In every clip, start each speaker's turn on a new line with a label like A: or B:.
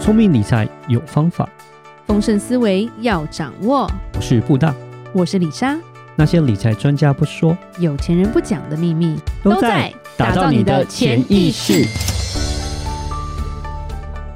A: 聪明理财有方法，
B: 丰盛思维要掌握。
A: 我是布大。
B: 我是李莎，
A: 那些理财专家不说，
B: 有钱人不讲的秘密
A: 打造你的潜意识。。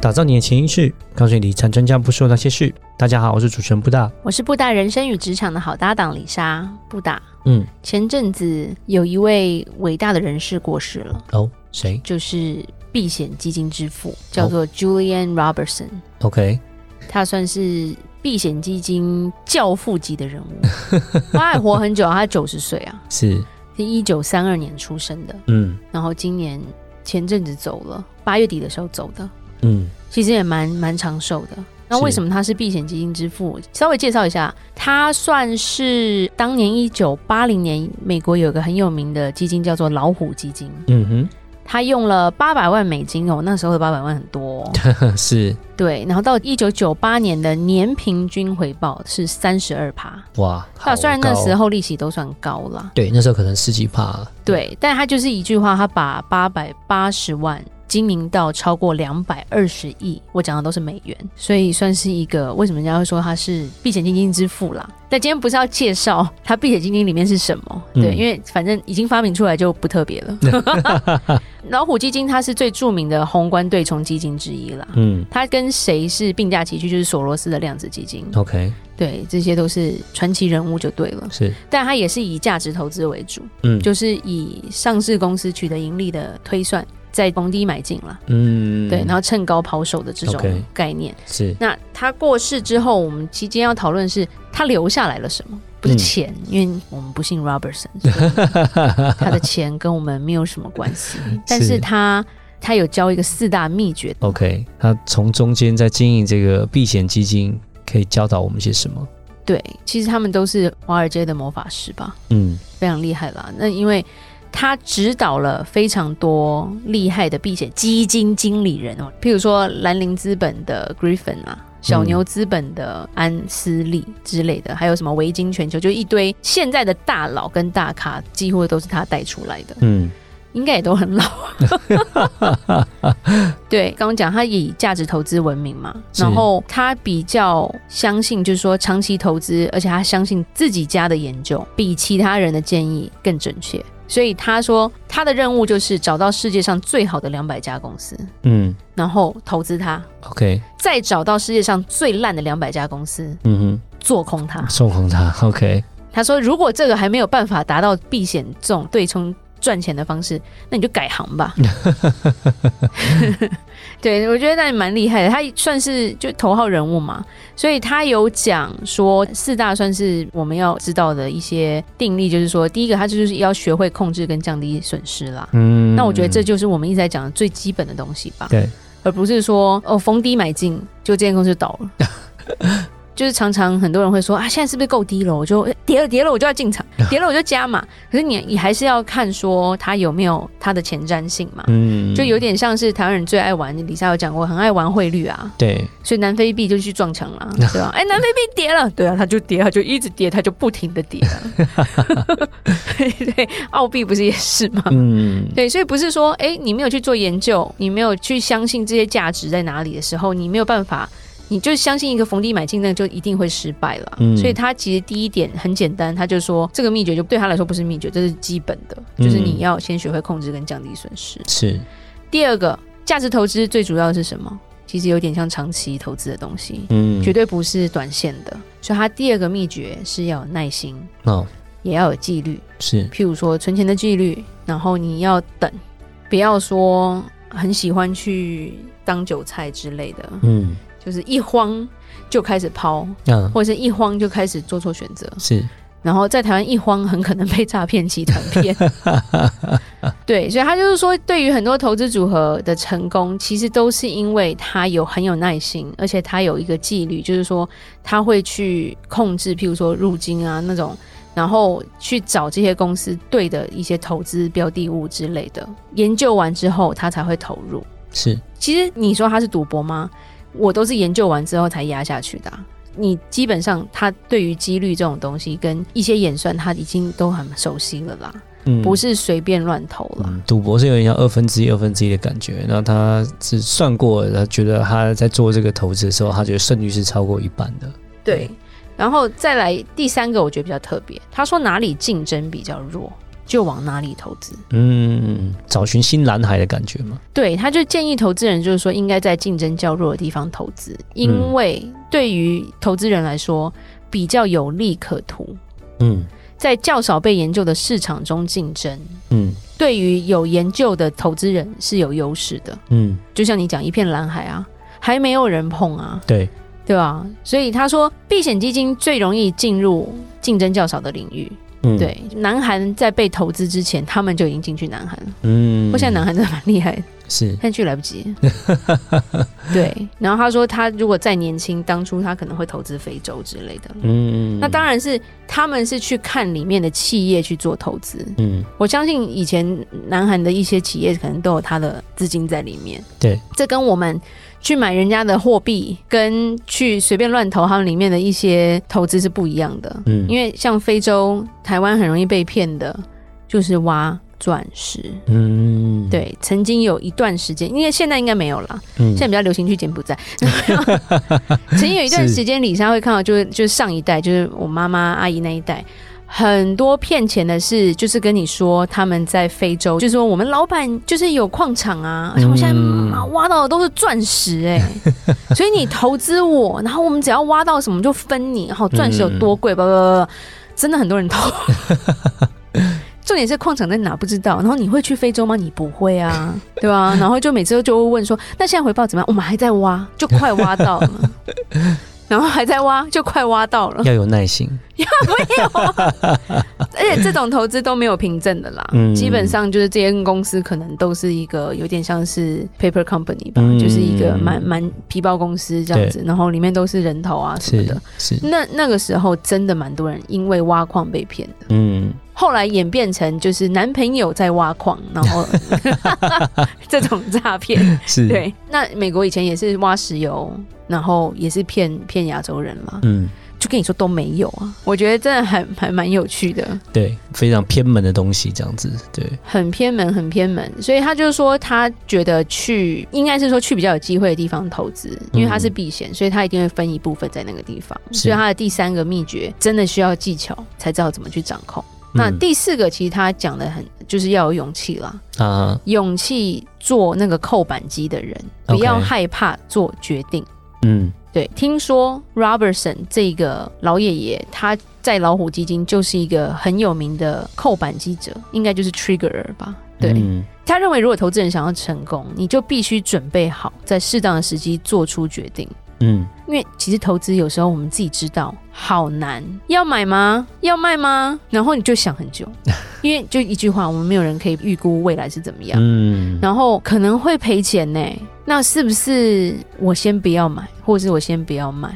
A: 打造你的潜意识，告诉你理财专家不说那些事。大家好，我是主持人布大。
B: 我是布达人生与职场的好搭档李莎。布达，
A: 嗯，
B: 前阵子有一位伟大的人士过世了，
A: 哦，谁
B: 就是避险基金之父，叫做 Julian Robertson。
A: ？OK，
B: 他算是避险基金教父级的人物，他还活很久啊，他九十岁啊，
A: 是，
B: 是一九三二年出生的，
A: 嗯
B: 然后今年前阵子走了，八月底的时候走的，
A: 嗯，
B: 其实也蛮蛮长寿的。那为什么他是避险基金之父？稍微介绍一下，他算是当年一九八零年美国有一个很有名的基金叫做老虎基金，
A: 嗯
B: 他用了八百万美金哦，那时候的八百万很多、哦，
A: 哼，嗯是，
B: 对。然后到一九九八年的年平均回报是三十二趴，
A: 哇，
B: 啊，虽然那时
A: 候
B: 候利息都算高啦，
A: 对那时候可能十几帕，
B: 对，但他就是一句话，他把八百八十万经营到超过两百二十亿，我讲的都是美元，所以算是一个为什么人家会说他是避险基金之父啦。但今天不是要介绍他避险基金里面是什么，对，
A: 嗯
B: 因为反正已经发明出来就不特别了。老虎基金它是最著名的宏观对冲基金之一啦。
A: 嗯
B: 它跟谁是并驾齐驱？就是索罗斯的量子基金，
A: ，OK，
B: 对，这些都是传奇人物就对了。
A: 是，
B: 但它也是以价值投资为主，
A: 嗯
B: 就是以上市公司取得盈利的推算，在逢低买进了，
A: 嗯
B: 对，然后趁高抛售的这种
A: OK
B: 概念。
A: 是，
B: 那他过世之后，我们期间要讨论是他留下来了什么，不是钱，
A: 嗯
B: 因为我们不信 Robertson，所以他的钱跟我们没有什么关 系。但是他他有教一个四大秘诀，
A: OK，他从中间在经营这个避险基金，可以教导我们些什么？
B: 对，其实他们都是华尔街的魔法师吧。
A: 嗯
B: 非常厉害啦。那因为他指导了非常多厉害的避险基金经理人哦，譬如说兰陵资本的 Griffin 啊。小牛资本的安斯利之类的，还有什么维京全球，就一堆现在的大佬跟大咖，几乎都是他带出来的，
A: 嗯，
B: 应该也都很老。对，刚刚讲他以价值投资闻名嘛，
A: 是
B: 然后他比较相信，就是说长期投资，而且他相信自己家的研究比其他人的建议更准确。所以他说，他的任务就是找到世界上最好的两百家公司，
A: 嗯
B: 然后投资它，
A: ，OK，
B: 再找到世界上最烂的两百家公司，
A: 嗯
B: 做空它
A: 哼，。送红他，OK，
B: 他说，如果这个还没有办法达到避险这种对冲赚钱的方式，那你就改行吧。 对，我觉得那也蛮厉害的，他算是就头号人物嘛，所以他有讲说四大算是我们要知道的一些定力，就是说第一个，他就是要学会控制跟降低损失啦。
A: 嗯，
B: 那我觉得这就是我们一直在讲的最基本的东西吧，
A: 对，
B: 而不是说哦逢低买进就这间公司就倒了。 就是常常很多人会说啊，现在是不是够低了？我就诶呃跌了跌了我就要 进场，跌了我就加码。可是你你还是要看说它有没有它的前瞻性嘛，
A: 嗯
B: 就有点像是台湾人最爱玩，李莎有讲过，很爱玩汇率啊，
A: 对，
B: 所以南非币就去撞墙 了，对吧？哎，南非币跌了，对啊，它就跌，它就一直跌，它就不停的跌啊。 对，澳币不是也是吗？
A: 嗯，
B: 对，所以不是说，哎，你没有去做研究，你没有去相信这些价值在哪里的时候，你没有办法，你就相信一个逢低买进，那就一定会失败了。
A: 嗯
B: 所以他其实第一点很简单，他就说这个秘诀就对他来说不是秘诀，这是基本的，就是
A: 嗯
B: 你要先学会控制跟降低损失。
A: 是，
B: 第二个，价值投资最主要的是什么？其实有点像长期投资的东西，
A: 嗯，
B: 绝
A: 得
B: 对不是短线的。所以他第二个秘诀是要有耐心，
A: 哦，
B: 也要有纪律。
A: 是，
B: 譬如说存钱的纪律，然后你要等，不要说很喜欢去当韭菜之类的，
A: 嗯，
B: 就是一慌就开始抛，
A: 啊，
B: 或者是一慌就开始做错选择。
A: 是，
B: 然后在台湾一慌，很可能被诈骗集团骗。 对，所以他就是说，对于很多投资组合的成功，其实都是因为他有很有耐心，而且他有一个纪律，就是说他会去控制，譬如说入金啊那种，然后去找这些公司对的一些投资标的物之类的，研究完之后他才会投入。
A: 是，
B: 其实你说他是赌博吗？我都是研究完之后才压下去的啊、你基本上他对于几率这种东西跟一些演算，他已经都很熟悉了啦，
A: 嗯
B: 不是随便乱投了。
A: 嗯，赌博是有点像二分之一、二分之一的感觉。然后他是算过了，他觉得他在做这个投资的时候，他觉得胜率是超过一半的。
B: 对，然后再来第三个，我觉得比较特别。他说哪里竞争比较弱，就往哪里投资。
A: 嗯，找寻新蓝海的感觉嘛。
B: 对，他就建议投资人就是说应该在竞争较弱的地方投资，因为
A: 嗯
B: 对于投资人来说比较有利可图，
A: 嗯
B: 在较少被研究的市场中竞争，
A: 嗯
B: 对于有研究的投资人是有优势的。
A: 嗯，
B: 就像你讲一片蓝海啊，还没有人碰啊，
A: 对，
B: 对吧？所以他说避险基金最容易进入竞争较少的领域。
A: 嗯，
B: 对，南韩在被投资之前，他们就已经进去南韩了。
A: 嗯
B: 不过现在南韩真的蛮厉害的，
A: 是
B: 现在去来不 及。对，然后他说他如果再年轻，当初他可能会投资非洲之类的。
A: 嗯，
B: 那当然是他们是去看里面的企业去做投资。
A: 嗯
B: 我相信以前南韩的一些企业可能都有他的资金在里面。
A: 对，
B: 这跟我们去买人家的货币，跟去随便乱投他们里面的一些投资是不一样的。
A: 嗯，
B: 因
A: 为
B: 为像非洲、台湾很容易被骗的，就是挖钻石。
A: 嗯，
B: 对，曾经有一段时间，因为现在应该没有了，
A: 嗯
B: 现在比较流行去柬埔寨。 曾经有一段时间，李莎会看到，就是就是上一代，就是我妈妈阿姨那一代。很多骗钱的是，就是跟你说他们在非洲，就是说我们老板就是有矿场啊，而且我现在
A: 嗯
B: 妈挖到的都是钻 石哎、所以你投资我，然后我们只要挖到什么就分你，好钻石有
A: 嗯
B: 多贵，叭叭叭叭，真的很多 人投。重点是矿场在哪不知道，然后你会去非洲吗？你不会啊， 对吧、然后就每次就会问说，那现在回报怎么样？我们还在挖，就快挖到 了，然后还在挖，就快挖到了，
A: 要有耐心。
B: 没有啊。而且这种投资都没有凭证的啦，
A: 嗯
B: 基本上就是这些公司可能都是一个有点像是 paper company 吧，
A: 嗯
B: 就是一个蛮蛮皮包公司这样子，然后里面都是人头啊什么
A: 是
B: 的。
A: 是，
B: 那那个时候真的蛮多人因为挖矿被骗的。
A: 嗯，
B: 后来演变成就是男朋友在挖矿，然后 这种诈骗。
A: 嗯是，，
B: 对，那美国以前也是挖石油，然后也是骗骗亚洲人嘛，
A: 嗯，
B: 就跟你说都没有啊。我觉得真的还 还蛮有趣的，
A: 对，非常偏门的东西，这样子，对，
B: 很偏门，很偏门。所以他就是说，他觉得去应该是说去比较有机会的地方投资，因为他是避险，所以他一定会分一部分在那个地方。
A: 嗯是
B: 所以他的第三个秘诀真的需要技巧，才知道怎么去掌控。那
A: 嗯
B: 第四个其实他讲的很，就是要有勇气啦。
A: 啊，
B: 勇气做那个扣板机的人，不
A: OK
B: 要害怕做决定。
A: 嗯
B: 对，听说 Robertson 这个老爷爷，他在老虎基金就是一个很有名的扣板机者，应该就是 trigger 吧？对，
A: 嗯
B: 他认为如果投资人想要成功，你就必须准备好，在适当的时机做出决定。
A: 嗯
B: 因为其实投资有时候我们自己知道好难，要买吗？要卖吗？然后你就想很久，因为就一句话，我们没有人可以预估未来是怎么样。
A: 嗯，
B: 啊然后可能会赔钱呢。那是不是我先不要买，或者是我先不要卖？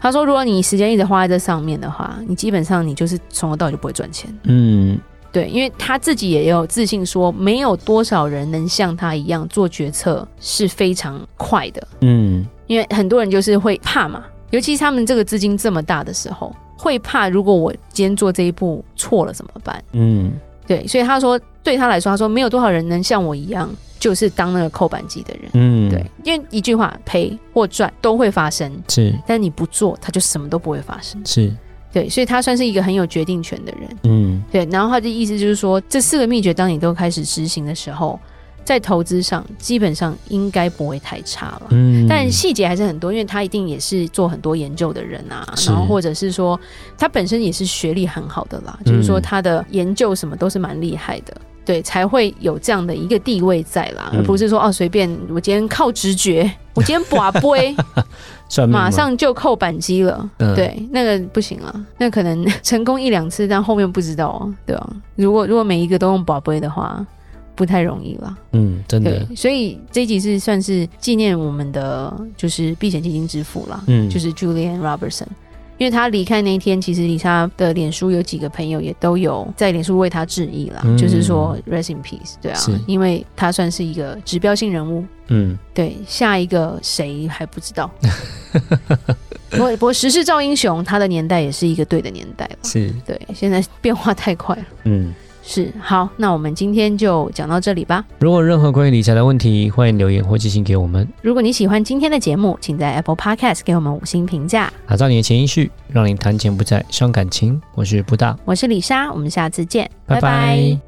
B: 他说，如果你时间一直花在这上面的话，你基本上你就是从头到尾就不会赚钱。
A: 嗯
B: 对，因为他自己也有自信说，没有多少人能像他一样做决策是非常快的，
A: 嗯
B: 因为很多人就是会怕嘛，尤其是他们这个资金这么大的时候，会怕如果我今天做这一步错了怎么办？
A: 嗯
B: 对，所以他说，对他来说，他说没有多少人能像我一样，就是当那个扣板机的人。
A: 嗯，
B: 对，，因为一句话，赔或赚都会发生，
A: 是
B: 但你不做，它就什么都不会发生。
A: 是，
B: 对，所以他算是一个很有决定权的人。
A: 嗯
B: 对，然后他的意思就是说，这四个秘诀，当你都开始执行的时候，在投资上基本上应该不会太差了。
A: 嗯，
B: 但细节还是很多，因为他一定也是做很多研究的人啊，
A: 是
B: 然后或者是说他本身也是学历很好的啦，就是说
A: 嗯
B: 他的研究什么都是蛮厉害的，对，才会有这样的一个地位在啦，
A: 嗯
B: 而不是说哦随便我今天靠直觉，我今天把 杯
A: 算命吗
B: 马上就扣扳机了，
A: 嗯
B: 对，那个不行啊，那可能 成功一两次，但后面不知道哦，对吧、如果如果每一个都用把杯的话，不太容易啦。
A: 嗯，真
B: 对
A: 的，，
B: 所以这一集是算是纪念我们的就是避险基金之父啦，
A: 嗯，
B: 就是 Julian Robertson。因为他离开那一天，其实李莎的脸书有几个朋友也都有在脸书为他致意啦，
A: 嗯
B: 就是说 rest in peace，对啊
A: 是，
B: 因为他算是一个指标性人物，
A: 嗯
B: 对，下一个谁还不 知道。不过，不过时势造英雄，他的年代也是一个对的年代了，
A: 是，
B: 对，现在变化太快了。
A: 嗯
B: 是，好，那我们今天就讲到这里吧。
A: 如果有任何关于理财的问题，欢迎留言或寄信给我们，
B: 如果你喜欢今天的节目，请在 Apple Podcast 给我们五星评价。
A: 打造你的潜意识，让你谈钱不再伤感情。我是布大，
B: 我是李莎，我们下次见，
A: 拜拜